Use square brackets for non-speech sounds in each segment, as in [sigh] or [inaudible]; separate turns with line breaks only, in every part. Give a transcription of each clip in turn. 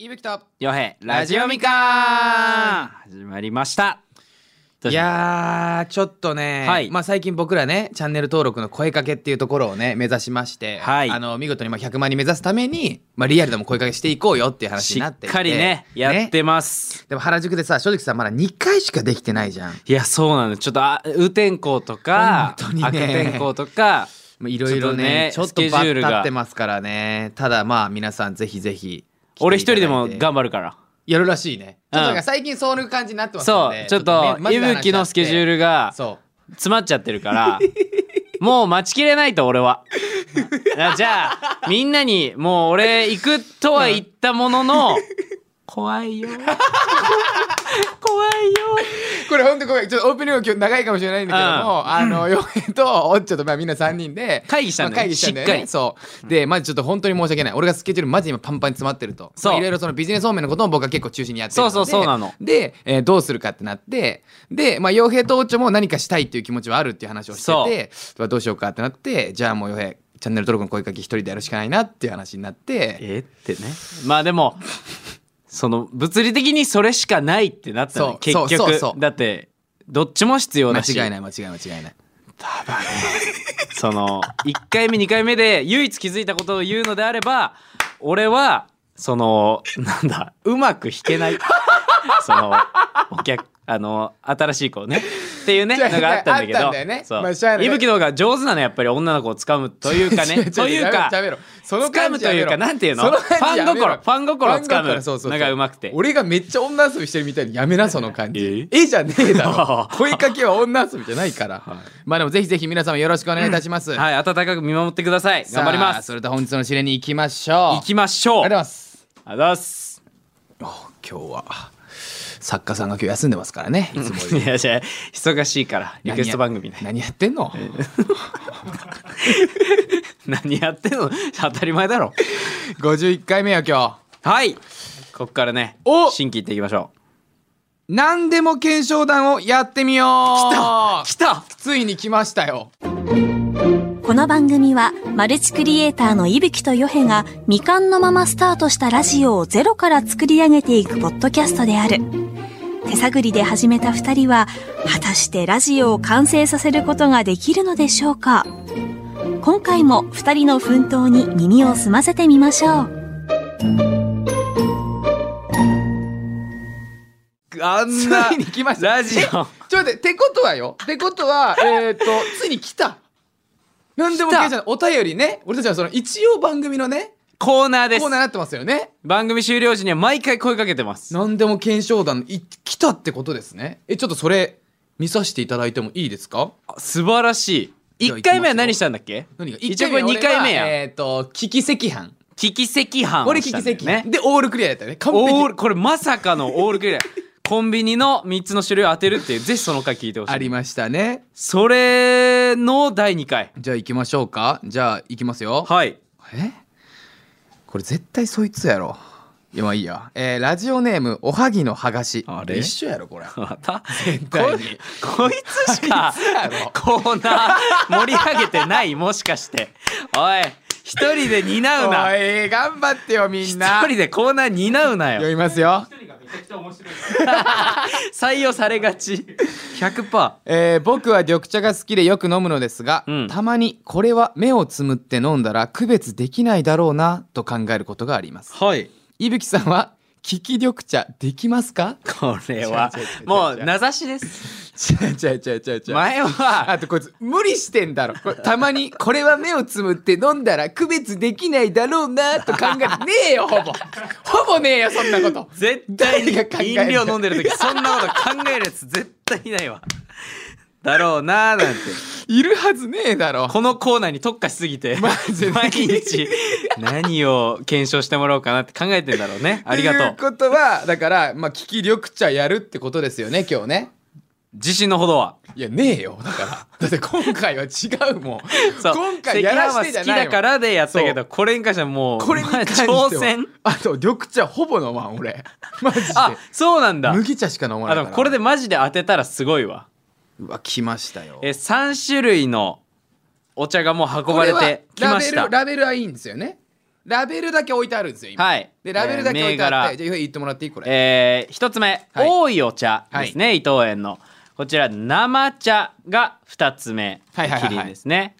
いぶきと
よへラジオミカ始まりました
いやーちょっとね、
はい
まあ、最近僕らねチャンネル登録の声かけっていうところをね目指しまして、
はい
あの見事にまあ100万人目指すために、まあ、リアルでも声かけしていこうよっていう話
し
になっ
って
いて
かりねやってます
でも原宿でさ正直さまだ2回しかできてないじゃん
いやそうなのちょっとあ雨天候とか
本当にね
悪天候
[laughs]
とか
まあいろいろねち
ち
ょ
ょ
っ
っ
と
とね
バ
スケジュー
ッ
ルが
タってますからねただまあ皆さんぜひぜひ来ていただいて
俺一人でも頑張るから
やるらしいねちょっとなん
う
か
ん
最近そういう感じになってます
そ
ので
うちょっと
ねマジ
い
な話
ぶきのスケジュールが
そう
詰まっちゃってるから
[laughs]
もう待ちきれないと俺は [laughs] あじゃあみんなにもう俺行くとは言ったも
[laughs]
のの怖いよ怖いよ
これ本当ごめんちょっとオープニング今日長いかもしれないんだけども、あの嫁とおっちょとまあみんな3人で
会議したんだよ
まあ会
ね
議したんだよね
しっかり
そうでまずちょっと本当に申し訳ない俺がスケジュールマジで今パンパンに詰まってると
そう
まあいろいろそのビジネス方面のことも僕は結構中心にやってるので
そうそうそうなの
で、えーどうするかってなってでまあ傭兵とおっちょも何かしたいっていう気持ちはあるっていう話をしててまあどうしようかってなってじゃあもう傭兵チャンネル登録の声かけ一人でやるしかないなっていう話になって
えってねまあでもその物理的にそれしかないってなった
そ
の
う
結局
そうそうそう
だってどっちも必要
間
だし
違いない間違いない間違いない
その1回目2回目で唯一気づいたことを言うのであれば俺はそのなんだうまく弾けない
[laughs]
そのお客あの新しい子をねっていうね
違う
のがあったんだけ
あったん
ど
だよね
そう
まあしゃあない
いぶきの方が上手なのやっぱり女の子を掴む
[laughs]
というか
違う違
ね
う
というか
やめろやめろその
掴
感
む
じ
と
やめ
い
ろ
うかなんていうの
そ
フ
感じ
ァ
やめろ
ン心ファン心を
ファン心そう
掴
そう
むのがうまくて
俺がめっちゃ女遊びしてるみたいにやめなその感じえ
え
えじゃねえだろ
[laughs]
声かけは女遊びじゃないから、
はい
まあでもぜひぜひ皆様よろしくお願いいたします、
はい温かく見守ってください
さあ
頑張ります
それでは本日の試練に行きましょう
行きましょう
ありがとうございます
あざっす
今日は作家さんが今日休んでますからねいつもより
いやじゃあ忙しいからリクエスト番組ね [laughs]
何や何やってんの
何やってんの [laughs] 当たり前だろ
51回目よ今
はいこっからね
お
新規いっていきましょ
日何でも検証団をやってみよう
う来た
ついに来ましたよ
この番組はマルチクリエイターの伊吹とヨヘが未完のままスタートしたラジオをゼロから作り上げていくポッドキャストである手探りで始めた2人は果たしてラジオを完成させることができるのでしょうか今回も2人の奮闘に耳を澄ませてみましょう
あ
つ
んない
に来ました
ラジオ
ちょっと待って、ってことはよ。ってこと [laughs] は、えっ、と、ついに来た。なんでも来
来
た。お便りね、俺たちはその一応番組のね、
コーナーで
コ
す
ーナーになってますよね。
番組終了時には毎回声かけてます
なんでも検証団い来たってことですね。え、ちょっとそれ見させていただいてもいいですか？
素晴らしい
じゃあ
1回
行きます
目は
よ
何したんだっけ
何が？
一応これ2
俺
回目
は
や
えっ、と危機赤飯。
危機赤飯を
俺
し
危機
た
赤
んだよ
飯、
ね
でオールクリアだったよね。完璧。
オールこれまさかのオールクリア [laughs] コンビニの3つの種類を当てるっていうぜひその回聞いてほしい
ありましたね。
それの第2回
じゃあ行きましょうか。じゃあ行きますよ。
はい
えこれ絶対そいつやろいやまあいいや、えーラジオネームおはぎのはがし
あれ
一緒やろこれ
また
対に
ここいつしか
あいつやろ
コーナー盛り上げてないもしかしておい一人で担う
お
ない
頑張ってよみん
一
な
人でコーナー担うな
読み
よ
ますよ、
採用されがち100%
えー僕は緑茶が好きでよく飲むのですが、
うん
たまにこれは目をつむって飲んだら区別できないだろうなと考えることがあります
はい
いぶきさんは利き緑茶できますか
これは
違う違う違う違う
もう名指しです
違う違う違う違う違う
前は
あとこいつ無理してんだろこれたまにこれは目をつむって飲んだら区別できないだろうなと考えてねえよほぼほぼねえよそんなこと
絶対に
誰が考える
飲料飲んでる時そんなこと考えるやつ絶対いないわだろうなーなんて
いるはずねえだろ
このコーナーに特化しすぎて
マジで
毎日何を検証してもらおうかなって考えてんだろうねありが
と
と
いううことはだからまあ聞き緑茶やるってことですよね今日ね
自信のほどはい
やねえよだからだって今回は違うもん
そう
今回やらしてじゃない
赤飯は好きだ
もん
からでやったけ
そう
どこれに関してはもう
これに関して
まあ
は
挑戦
あと緑茶ほぼ飲まん俺マジで
あそうなんだ
麦茶しか飲まない
あ
か
で
ら
もこれでマジで当てたらすごいわ
うわ来ましたよ
え3種類のお茶がもう運ばれてきまし
これは
た
ラベルラベルはいいんですよねラベルだけ置いてあるんですよ、今。
はい。
で、ラベルだけ置いてあって、
えー銘柄
じゃあ、言ってもらっていいこれ。
えー一つ目、
はい
多いお茶ですね、伊藤園のこちら生茶が二つ目
はいはいはいはい
キリンですね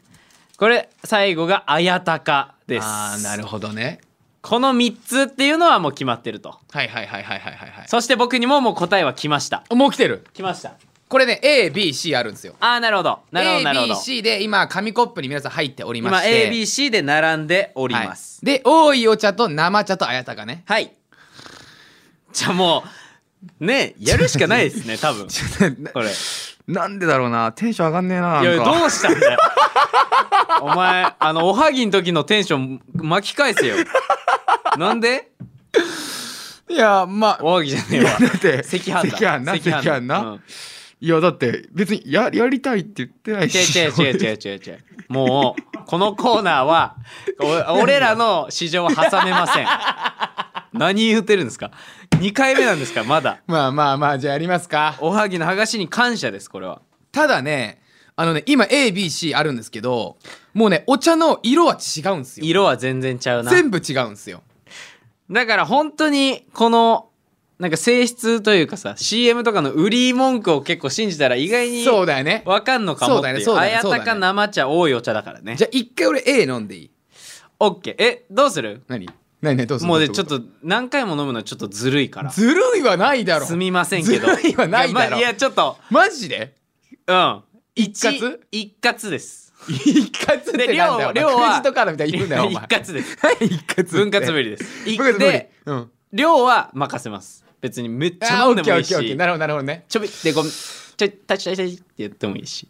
これ最後が綾鷹です
ああ、なるほどね。
この三つっていうのはもう決まってると
はいはいはいはいはいはいはい。
[laughs] そして僕にももう答えは来ました
あもう来てる。
来ました
これね、A、B、C あるんですよ。
ああなるほどなるほどなるほど
ABC で今紙コップに皆さん入っておりま
今
して今
ABC で並んでおり
はい
ます
で多いお茶と生茶と綾鷹ね
はい、じゃあもうねやるしかないです
[laughs]
ね多分これ
なんでだろうなテンション上がんねえない
やどうしたんだよ [laughs] お前あのおはぎの時のテンション巻き返せよなんで
いやまあ
おはぎじゃねえわ
だって
赤飯だ
赤飯な赤飯なないやだって別にややりたいって言ってない
違う違う違う違う違う違うもうこのコーナーはお俺らの市場は挟めません何言ってるんですか2回目なんですかまだ
まあまあまあじゃあやりますか
おはぎの剥がしに感謝ですこれは
ただねあのね今 ABC あるんですけどもうねお茶の色は違うんですよ
色は全然ちゃうな
全部違うんですよ
だから本当にこのなんか性質というかさ CM とかの売り文句を結構信じたら意外に
そうだよね
わかんのかもっていう
そうだね
綾
そうだね
鷹生茶多いお茶だからね
じゃあ一回俺 A 飲んでいい
オッケーえどうする
何何何どうする
もうね
ど
ちょっと何回も飲むのちょっとずるいから
ずるいはないだろ
すみません
[laughs]
けど
ずるいはないだろ
やまあいやちょっと
マジで
うん
一括
一括です
一括って
で
なんだよ
量は
お前クレジットカードみたいに言うんだよお
[laughs] 一
前
括です
何一括って
分割無理です
分割無理
で
うん
量は任せます別にめっち
あー
ゃ飲
オ
んで
ッケーオ
もいい
ッケーオッケー
し
なるほどなるほどね
ちょびでごめんちょいタチタチタチって言ってもいいし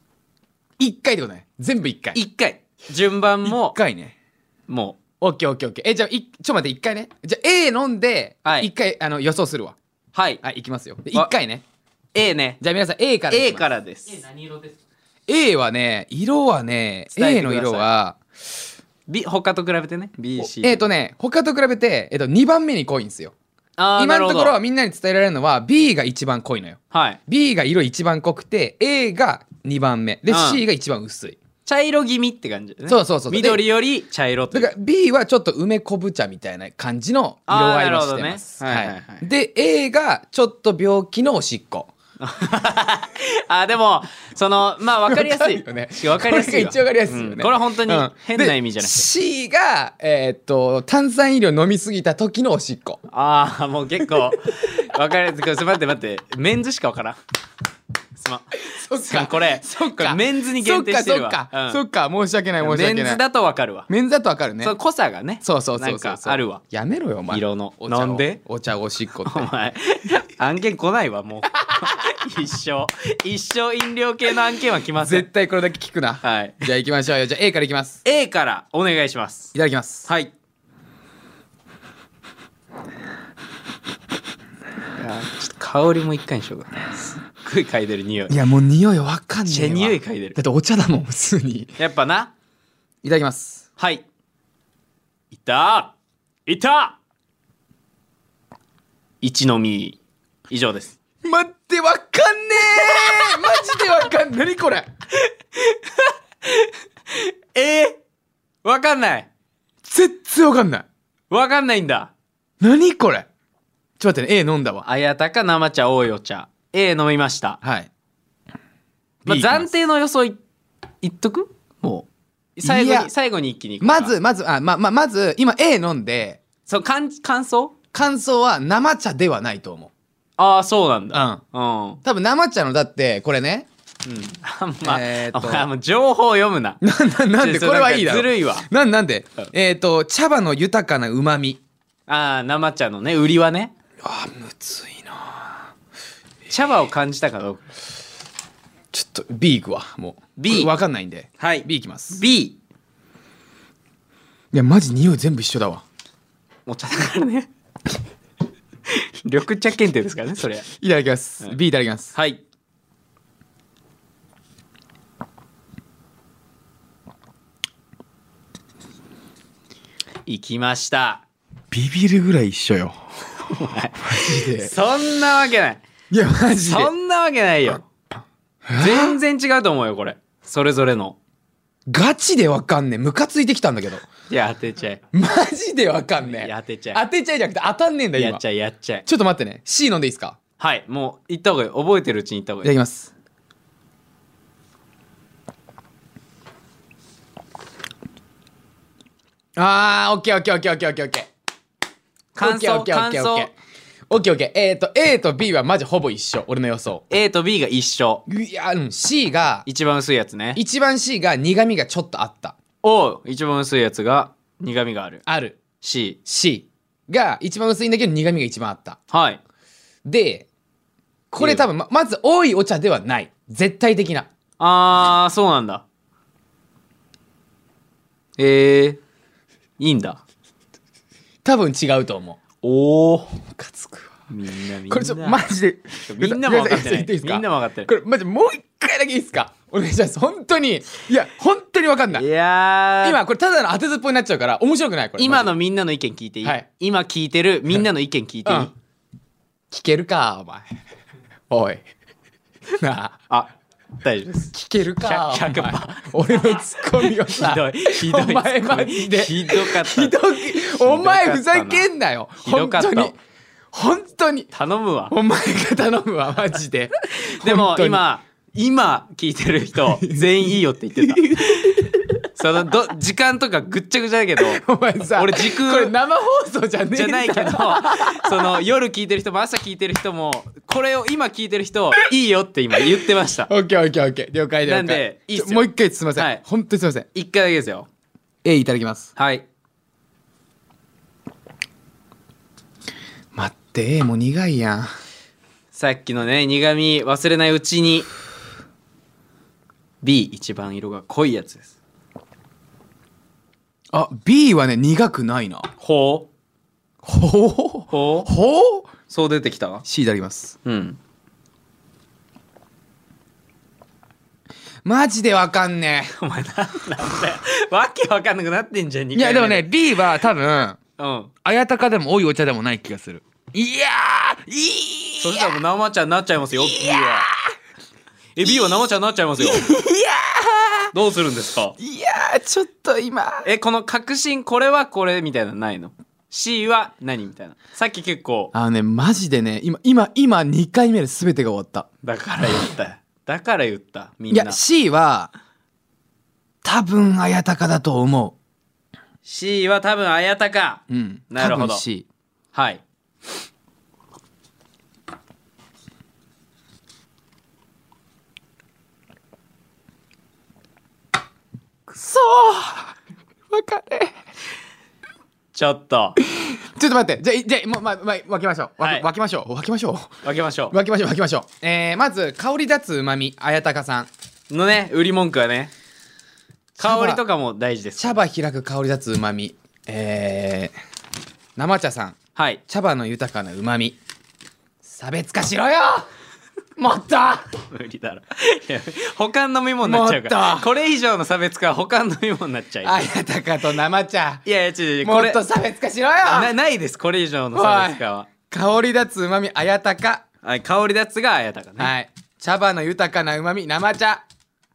一回ってことね全部一回
一回順番
一
も
回ね
も
オッケーオッケーオッケーえじゃあいちょっと待って一回ねじゃあ A 飲んで
はい
一回あの予想するわ
うはい
はいいきますよで
わ
一回ね
A ね
じゃあ皆さん A からいきます
A からです
A はね色はね
伝え
A
てく
の
ださい
色は
B 他と比べてね BC
えっとね他と比べてえっと2番目に濃いんですよ
あー
今のところ
な
は
る
みんなに伝えられるのは B が一番濃いのよ
ほどはい
B が色一番濃くて A が2番目で
うん
C が一番薄い
茶色気味って感じだね
そうそうそう
緑より茶色と
だ
いう
から B はちょっと梅昆布茶みたいな感じの色合いをしてます、
あーなるほどねはいはいはい
で A がちょっと病気のおしっこ
[laughs] あーでもそのまあ分かりやすい
わかるよね
分かりやすい
これが一応わかりやすいよね
うんこれは本当に
うん
変な意味じゃな
で
くて
C が、えーっと炭酸飲料飲みすぎた時のおしっこ
ああもう結構分かりやすい待って待ってメンズしか分からんすま
そ
ん
っか
これ
そっ
これ
か
メンズに限定してるわ
そっかそっか、
うん
そっか申し訳ない申し
メ
訳ない
ンズだと分かるわ
メンズだとわかるね
その濃さがね
そうそうそうそうそう
なんかあるわ
やめろよお前
色の
お茶を
なんで
お茶おしっこって
お
[laughs]
前案件来ないわもう一生一生飲料系の案件は来ませ
絶
ん
対これだけ聞くな、
はい
じゃあ行きましょうよじゃあ A からいきます
A からお願いします
いただきます
はいちょっと香りも一回にしようかなすっごい嗅いでる匂い
いやもう匂いわかんねえ
め
わ
っちゃ匂い嗅いでる
だってお茶だもん普通に
やっぱない
ただきます
はいいたいた一のみ以上です
待ってわかんねえ [laughs] マジでわかんないこれ
えー、わかんない
全然わかんない
わかんないんだ
何これちょっと待ってね A 飲んだわ
あやたか生茶多いお茶 A 飲みました、
はい
まあ、
B いきます
暫定の予想いいっとくもう最後
いや
に最後に一気にいこうか
まずまずあまままず今 A 飲んで
そう感感想
感想は生茶ではないと思う
ああそうなんだ
うん
うん、うん、
多分生茶のだってこれね
まあ、
えーと
お前もう情報を読むな
なんだなんで
ちょ
これはいい
なん
だろ
かずるいわ
なんなんで
うん
えっ、と茶葉の豊かな旨味
ああ生茶のね売りはね
あーむずいな
茶葉を感じたかどうか
ちょっと B いくわもう
B
これわかんないんで
はい
B いきます
B
いやマジ匂い全部一緒だわ
お茶だからね緑茶検定ですからねそれ
いただきます、
はい
B いただきます
はい行きました
ビビるぐらい一緒よ [laughs] マジで
そんなわけない
いやマジで
そんなわけないよ全然違うと思うよこれそれぞれの
ガチでわかんねえムカついてきたんだけど
じゃあ当てちゃえ。
マジでわかんね
い
え
や当てちゃ
当てちゃいじゃなくて当たんねえんだ
え。
よ
や
今
っ
ち
ち
ょ
ゃえ、やっちゃえ。
っと待ってね C 飲んでいいですか
はい、もう行った方がいい。覚えてるうちに行った方
い
が
ただ
いい。
きますあーオッケーオッケーオッケーオッケーオッケーオッケー
感想、
オッケーオ
感
ッケーオッケーオッケー
想。
オッケーオッケーえっと A と B はマジほぼ一緒俺の予想
A と B が一緒。
いやうん C が
一番薄いやつね。
一番 C が苦味がちょっとあった
お一番薄いやつが苦味がある。
ある
C。
C が一番薄いんだけど苦味が一番あった
はい。
でこれ多分ままず多いお茶ではない絶対的な
あー、そうなんだ。えー、いいんだ。
多分違うと思う
おー。
ムカつくわ
みんなみんな。
これちょっとマジで
みんなも分かってない。
いいですか
みんなも分かってる
こ。れマジもう一回だけいいですかお願いします本当にいや本当に分かんない
いやー
今これただの当てずっぽいになっちゃうから面白くないこれ
今の
マ
みんなの意見聞いていい、
はい
今聞いてるみんなの意見聞いていい、
ジうん聞けるかお前おいなあ
あ大丈夫です
聞けるかお前
100%
俺のツッコミを [laughs]
ひ
さ
どいひどい
お前
ツッコミ
マジで
ひどかった
ひどくお前ふざけんなよ
ひど
本
かった
当に本当に
頼むわ
お前が頼むわマジで
でも
本当に
今今聞いてる人全員いいよって言ってたそのど時間とかぐっちゃぐちゃだ [laughs] けど
お前さ
俺時空
これ生放送じゃねえんだ
じゃないけどその夜聞いてる人も朝聞いてる人もこれを今聞いてる人いいよって今言ってました [laughs]
オッケーオッケーオッケー了解了解
なんでいいっすよ
ちょもう一回すいません、
はい
本当にすいません
一回だけですよ
A いただきます
はい
待って A も苦いやん
さっきのね苦味忘れないうちに B 一番色が濃いやつです
あ B はね苦くないな
ほう
ほう
ほう
ほう
そう出てきた
C いただきます
うん
マジでわかんね
お前なんなんだよわけわかんなくなってんじゃん
え
2
いや
回目
でもね B は多分
うん
綾鷹でも多いお茶でもない気がするいやーい
そしたらもう生茶になっちゃいますよ B はえ B は生茶になっちゃいますよどうするんですか
いいやーちょっと今
えこの確信これはこれみたいなのないの C は何みたいなさっき結構
あのねマジでね今今今2回目で全てが終わった
だから言ったよだから言ったみ
い
んな
や C は多分綾鷹だと思
C は多分綾鷹
ううん
なるほど
多分 C
はい
くそーわかれ
ちょっと
ちょっと待ってじゃあいじゃあもう、まま、分けましょう分け,、
はい
分けましょう分けましょう
分けましょ
分けましょう分けましょうえー、まず香り立つうまみ綾鷹さん
うのね売り文句はね香りとかも大事です
茶葉開く香り立つうまみえー、生茶さん
はい
茶葉の豊かなうまみ差別化しろよもっと
無理だろいや他の飲み物になっちゃうから
もっと
これ以上の差別化は他の飲み物になっちゃうよ
綾鷹と生茶
いやいや違う違う
も
こ
っ
れ
と差別化しろよ
なないですこれ以上の差別化は、
香り立つうまみ綾鷹
はい、香り立つが綾鷹ね、
はい茶葉の豊かなうまみ生茶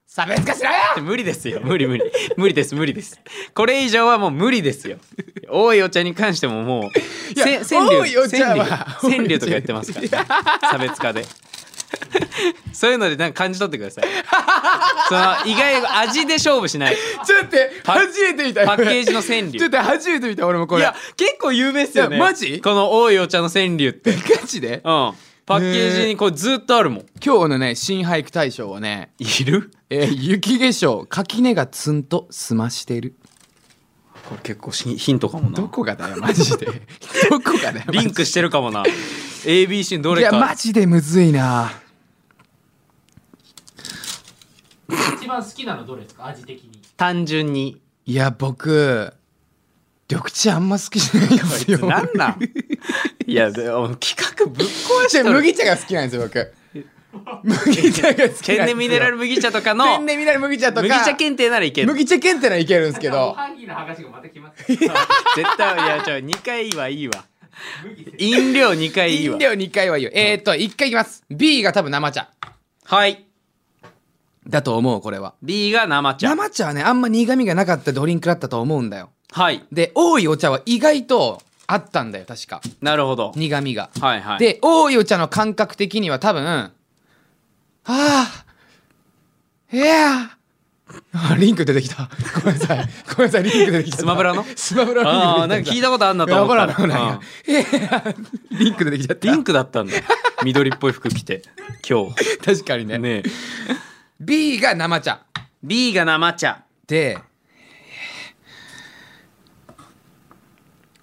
差別化しろよ
無理ですよ無理無理無理です無理ですこれ以上はもう無理ですよ多いお茶に関してももう
いや
せ
多いお茶は
川柳川柳とかやってますから、ね、差別化でそういうのでなんか感じ取ってくださいその意外に味で勝負しない
ちょっと待って
パ
初めて見た
パッケージの川柳
ちょっと初めて見た俺もこ
い
れ
や結構有名っすよね
いやマジ
この多いお茶の川柳ってうん
ガチで
パッケージにこうずっとあるもん
今日のね新俳句大賞はね
いる
えー雪化粧垣根がツンと済ましてる
これ結構しヒントかも
ど
な
こがだよマジ
[laughs]
でどこがだよマジで
リンクしてるかも [laughs] な ABC のど
い
れ
や
か
マジでむずいな
一番好きなのどれですか味的に
単純に
いや僕緑茶あんま好きじゃないんですよ
[laughs] なんなんいやでも企画ぶっ壊
じ
し
ゃあ
てる
麦茶が好きなんですよ
[laughs]
僕麦茶が好きなんですよ
天然ミネラル麦茶とかの
天然ミネラル麦茶とか
麦茶検定ならいける
麦茶検定ならいけるんですけ
お
ど
はぎの話がまた来ますよ
[laughs] 絶対いやちょ2回はいいわ
麦です
飲料2回いい
飲
わ
料2回はいいよえー、っと1回いきます B が多分生茶
はい
だと思うこれは
B が生茶
生茶はねあんま苦味がなかったドリンクだったと思うんだよ
はい
で多いお茶は意外とあったんだよ確か
なるほど
苦味が、
はいはい
で多いお茶の感覚的には多分ああいやあリンク出てきた [laughs] ごめんなさいごめんなさいリンク出てきた
スマブラの
スマブラの
あ [laughs] あ
リ
な
ン
ん
ク出て
か聞い
き
たことあんな
た
と思っ
いや
た
わからんわからんいやリンク出てきちゃっ
リ
た
ンクだったんだ緑っぽい服着て今
確かに
日
ね
ねえ
B が生茶
B が生茶
で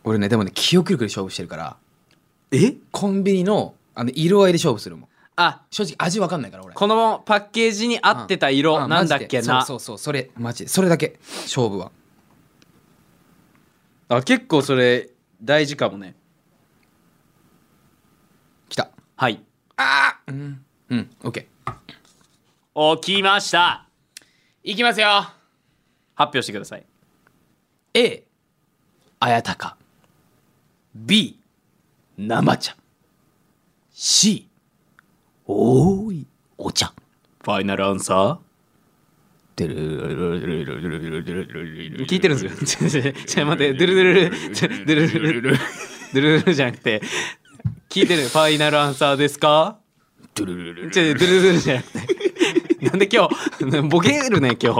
俺ねでもね記憶力で勝負してるから
え
コンビニのあの色合いで勝負するもん
あ
正直味わかんないから俺
このパッケージに合ってた色
あ
なんだっ
マ
け
ジで
な
そうそうそうそれマジでそれだけ勝負は
あ結構それ大事かもね
きた
はい
あーうんうんオッケー
おきました
いきますよ
発表してください
A 綾鷹 B 生茶 C おいお茶
ファイナルアンサ
てる
ー聞いてるんですよちょちょちょ待ってドゥルドゥルドゥルドゥルドゥルドゥルドゥルじゃなくて聞いてるファイナルアンサーですかちょ、ドゥルドゥルじゃなくて。なんで今日、ボケるね、今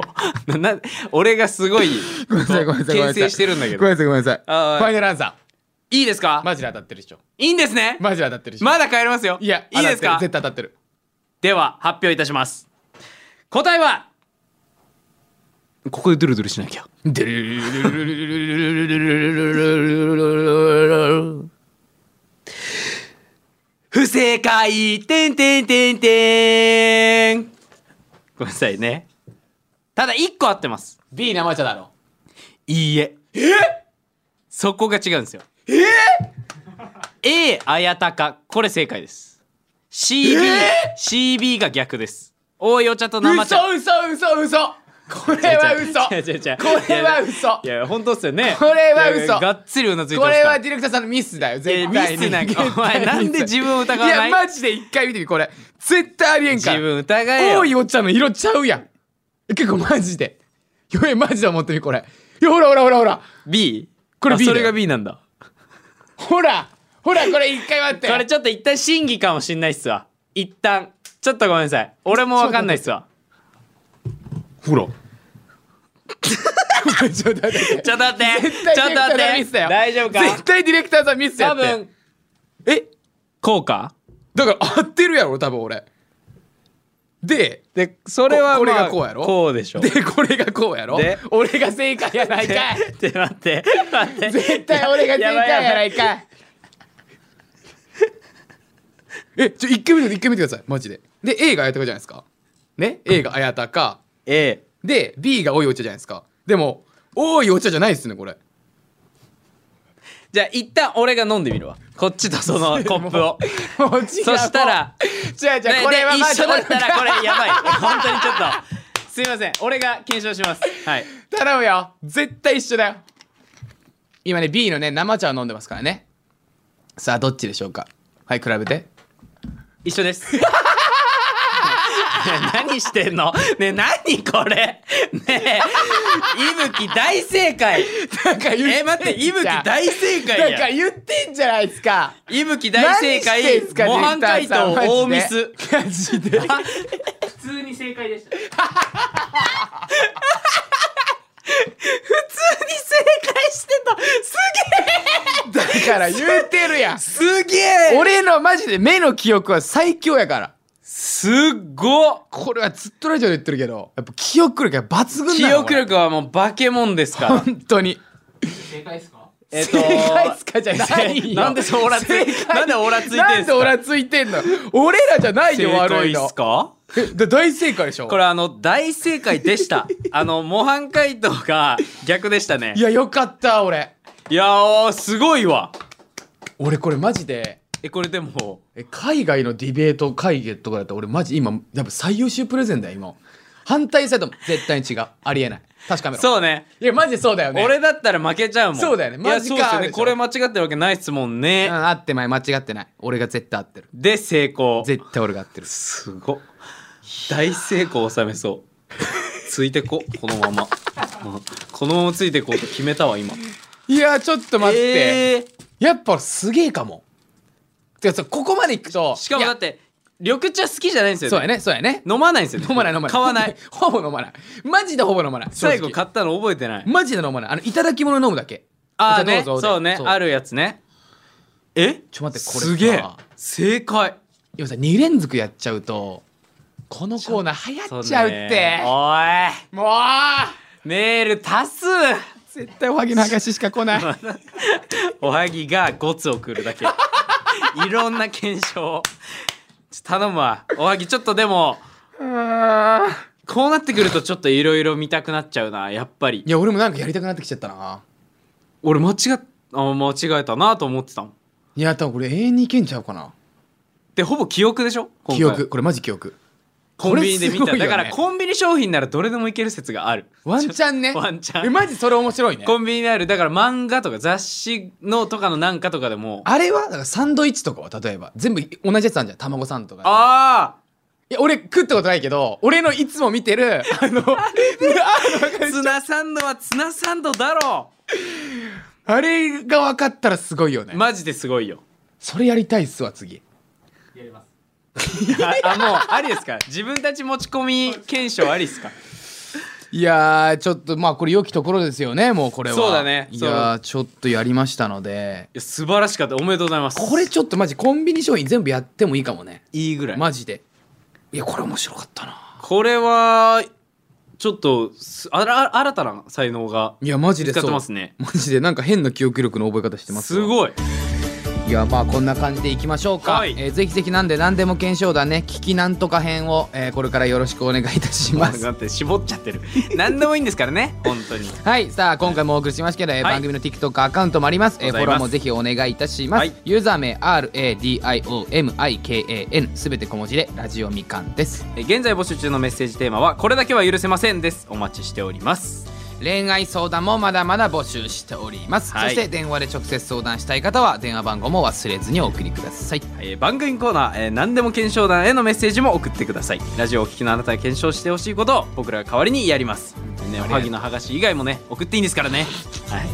日。な、な俺がすごい、
ごめんなさいごめんなさいごめんな
牽
さい
制してるんだけ
ごめんな
ど。
さいごめんなさいフ
あー
ァイナルアンサ
いいですか
ーマジで当たってるでしょ
いいんですね
マジで当たってるでしょ
まだ帰れますよ。
いや
いいです
当たっ
か
てる絶対当たってる
では、発表いたします。答えは、ここでドゥルドゥルしなきゃ。不正解てんてんてんてんごめんなさいね。ただ、一個合ってます。
B 生茶だろ
いいえ。えそこが違うんですよ。え ?A、綾鷹。これ正解です。CB、CB が逆です。多いお茶と生茶。
嘘嘘嘘嘘これは嘘
違う違う違
こ
う
れは嘘
いやいや、本当っすよね。
これは嘘
いやがっつりうなずいて
こ
ます
れ
から
はディレクターさんのミスだよ
いや
絶
ミ
対に
スなんか、お前、
絶対
な
に
んで自分を疑わない
いやマジで一回見てみこれ絶対ありえんから
自分疑えよ。
多いお茶の色ちゃうやん結構マジでよえマジで思ってみこれいやほらほらほらほら
B?
これ B
あそ
だ
れ
よ
が B なんだ。
ほらほらこれ一回待って
これちょっと一旦審議かもしんないっすわ。一旦。ちょっとごめんなさい。俺もわかんないっすわ。
ほら [laughs] ちょっと待って
ちょっと待って。
絶対
ちょっ
ディレクターさんミ
と待って
スだ。よ
大丈夫か
絶対ディレクターさんミスや
多
って
分、
え
こうか
だから合ってるやろ多分俺で
で、それは、まあ、
ここれがこうやろ
こうでしょ。
でこれがこうやろ
で
俺が正解やないかい
で [laughs] 待って、待って。
絶対俺が正
やば
解
いやばい
やないかいえちょ一回見て一回見てくださいマジでで A が綾鷹じゃないですかね A が綾鷹
A。
で B が多いお茶じゃないですかでも多いお茶じゃないっすねこれ
じゃあ、一旦俺が飲んでみるわ。こっちとそ
[laughs]
のコップを。
もう違う
そしたら、
違う違うこれは
で
マジ
一緒だったらこ
俺
れやばい。本当にちょっと。すいません。俺が検証します。はい。
頼むよ絶対一緒だよ今ね B のね生茶を飲んでますからねさあどっちでしょうかはい比べて
一緒です。 [laughs] ね何してんのねえ何これねえ、いぶき大正解
なんか言
え、待って、いぶき大正解
なんか
や
言ってんじゃないですか
いぶき大
何
正
して
解
んすか
模範解答大
デ
ミ
ィレクター
ス
さんマジでマジで
あ
普通に正解でした。
普通に正解してたす
だから言うてるやん
げえすげえ
俺のマジで目の記憶は最強やから
すっご
これはずっとラジオで言ってるけどやっぱ記憶力が抜群な
記
の
憶力はもう化け物ですから
本当に
正解ですか
えっと
正解っすかじゃない
せ
よ
[laughs] なんでそうオラつい
正解
なんでオラついてんす
[laughs]
か
なんでオラついてんの俺らじゃない
正
よ悪
解
い
っ
の
すか
えだ大正解でしょ
これあの大正解でした
[laughs]
あの模範解答が逆でしたね
いやよかった俺
いやーすごいわ
俺これマジで
えこれでも
え海外のディベート会議とかだったら俺マジ今やっぱ最優秀プレゼンだよ今反対されても絶対に違うありえない確かめろ
そうね
いやマジでそうだよね
俺だったら負けちゃうもん
そうだよね
いや
マジか
そうですよ
ある
ね
でしょ
これ間違ってるわけないっすもんね、
うん、合ってない間違ってない俺が絶対合ってる
で成功
絶対俺が合ってる
すごっ大成功を収めそうついてここのままうんこのままついてこうと決めたわ今
いやちょっと待って、
え
やっぱすげえかもてかそうここまでいくと
ーしかも
い
だ
や
って緑茶好きじゃないんですよ、
そうやねそうやね
飲まないんですよね
飲まない飲まない
買
[laughs]
わない
ほぼ飲まないマジでほぼ飲まない
最後
正直
買ったの覚えてない
マジで飲まないあのいただき物飲むだけ
ああ
じゃ
ね
どぞで
そうねあるやつねえ
ちょ待ってこれさ
すげえ正解
今さ2連続やっちゃうとこのコーナー流行っちゃうって
おい
もう
メール足す
絶対おはぎの話しか来 [laughs] ない
おはぎが5つ送る
[laughs]
だけいろんな検証ちょ頼むわおはぎちょっとでもこうなってくるとちょっといろいろ見たくなっちゃうなやっぱり
いや俺もなんかやりたくなってきちゃったな
俺間違っあ間違えたなと思ってたもん
いや多分これ永遠にいけんちゃうかな
でほぼ記憶でしょ今回
記憶これマジ記憶
コンビニで見た、
これすごいよ
だ
ね
からコンビニ商品ならどれでもいける説がある
[laughs] ワンチャンね
ちょワンチャン
えマジそれ面白いね
コンビニにあるだから漫画とか雑誌のとかのなんかとかでもあ
あれはだからサンドイッチとかは例えば全部同じやつなんじゃん卵サンドとか
あ
いや俺食ったことないけど俺のいつも見てるあのあ
ーツナサンドはツナサンドだろ
あれが分かったらすごいよね、
マジですごいよ
それやりたいっすわ次
やります
ああもうありですか自分たち持ち込み検証ありですか
いやーちょっとまあこれ良きところですよねもうこれは
そうだね
いやーちょっとやりましたので
いや素晴らしかったおめでとうございます
これちょっとマジコンビニ商品全部やってもいいかもね
いいぐらい、
マジでいやこれ面白かったな
これはちょっとすあら新たな才能が
いやマジ
見
で
つか
そ
っ
う
てますね
マジでなんか変な記憶力の覚え方してます
す
い
ごい
いやまあこんな感じでいきましょうか、
はい
えーぜひぜひなんで何でも検証団ね聞きなんとか編を、えーこれからよろしくお願いいたしま
だ
す
って絞っちゃっ
[laughs]
てる何でもいいんですからね本当に
はいさあ今回もお送りしましたけど、えー
はい
番組の TikTok アカウントもあります、えー
ご
フ
ざい
ォ
ます
ローもぜひお願いいたします、
はい
ユーザー名 RADIOMIKAN すべて小文字でラジオみかんです
えー現在募集中のメッセージテーマは「これだけは許せません」ですお待ちしております
恋愛相談もまだまだ募集しております、
はい
そして電話で直接相談したい方は電話番号も忘れずにお送りください
えー番組コーナー、えー何でも検証団へのメッセージも送ってくださいラジオをお聞きのあなたが検証してほしいことを僕らが代わりにやります本当にねお
ありがとう
はぎの剥がし以外もね送っていいんですからねはい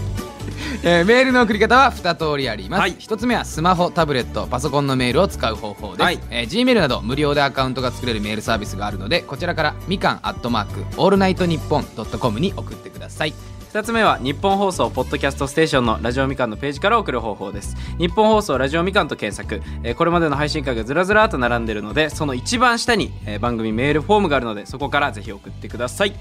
えーメールの送り方は2通りあります、
はい
1つ目はスマホタブレットパソコンのメールを使う方法です、
はい
えー Gmail など無料でアカウントが作れるメールサービスがあるのでこちらからみかんアットマークオールナイトニッポンドットコムに送ってください
2つ目は日本放送ポッドキャストステーションのラジオみかんのページから送る方法です日本放送ラジオみかんと検索、えーこれまでの配信回がずらずらっと並んでるのでその一番下に、えー番組メールフォームがあるのでそこからぜひ送ってください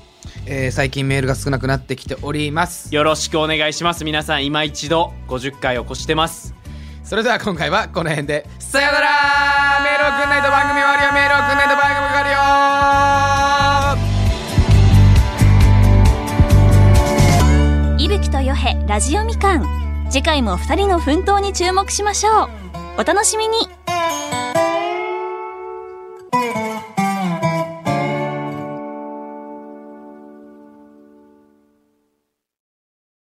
えー最近メールが少なくなってきております
よろしくお願いします皆さん今一度50回を越してます
それでは今回はこの辺で
さよなら
メールを送んないと番組終わるよメールを送んないと番組終わるよ
伊吹とよへラジオみかん次回も2人の奮闘に注目しましょうお楽しみに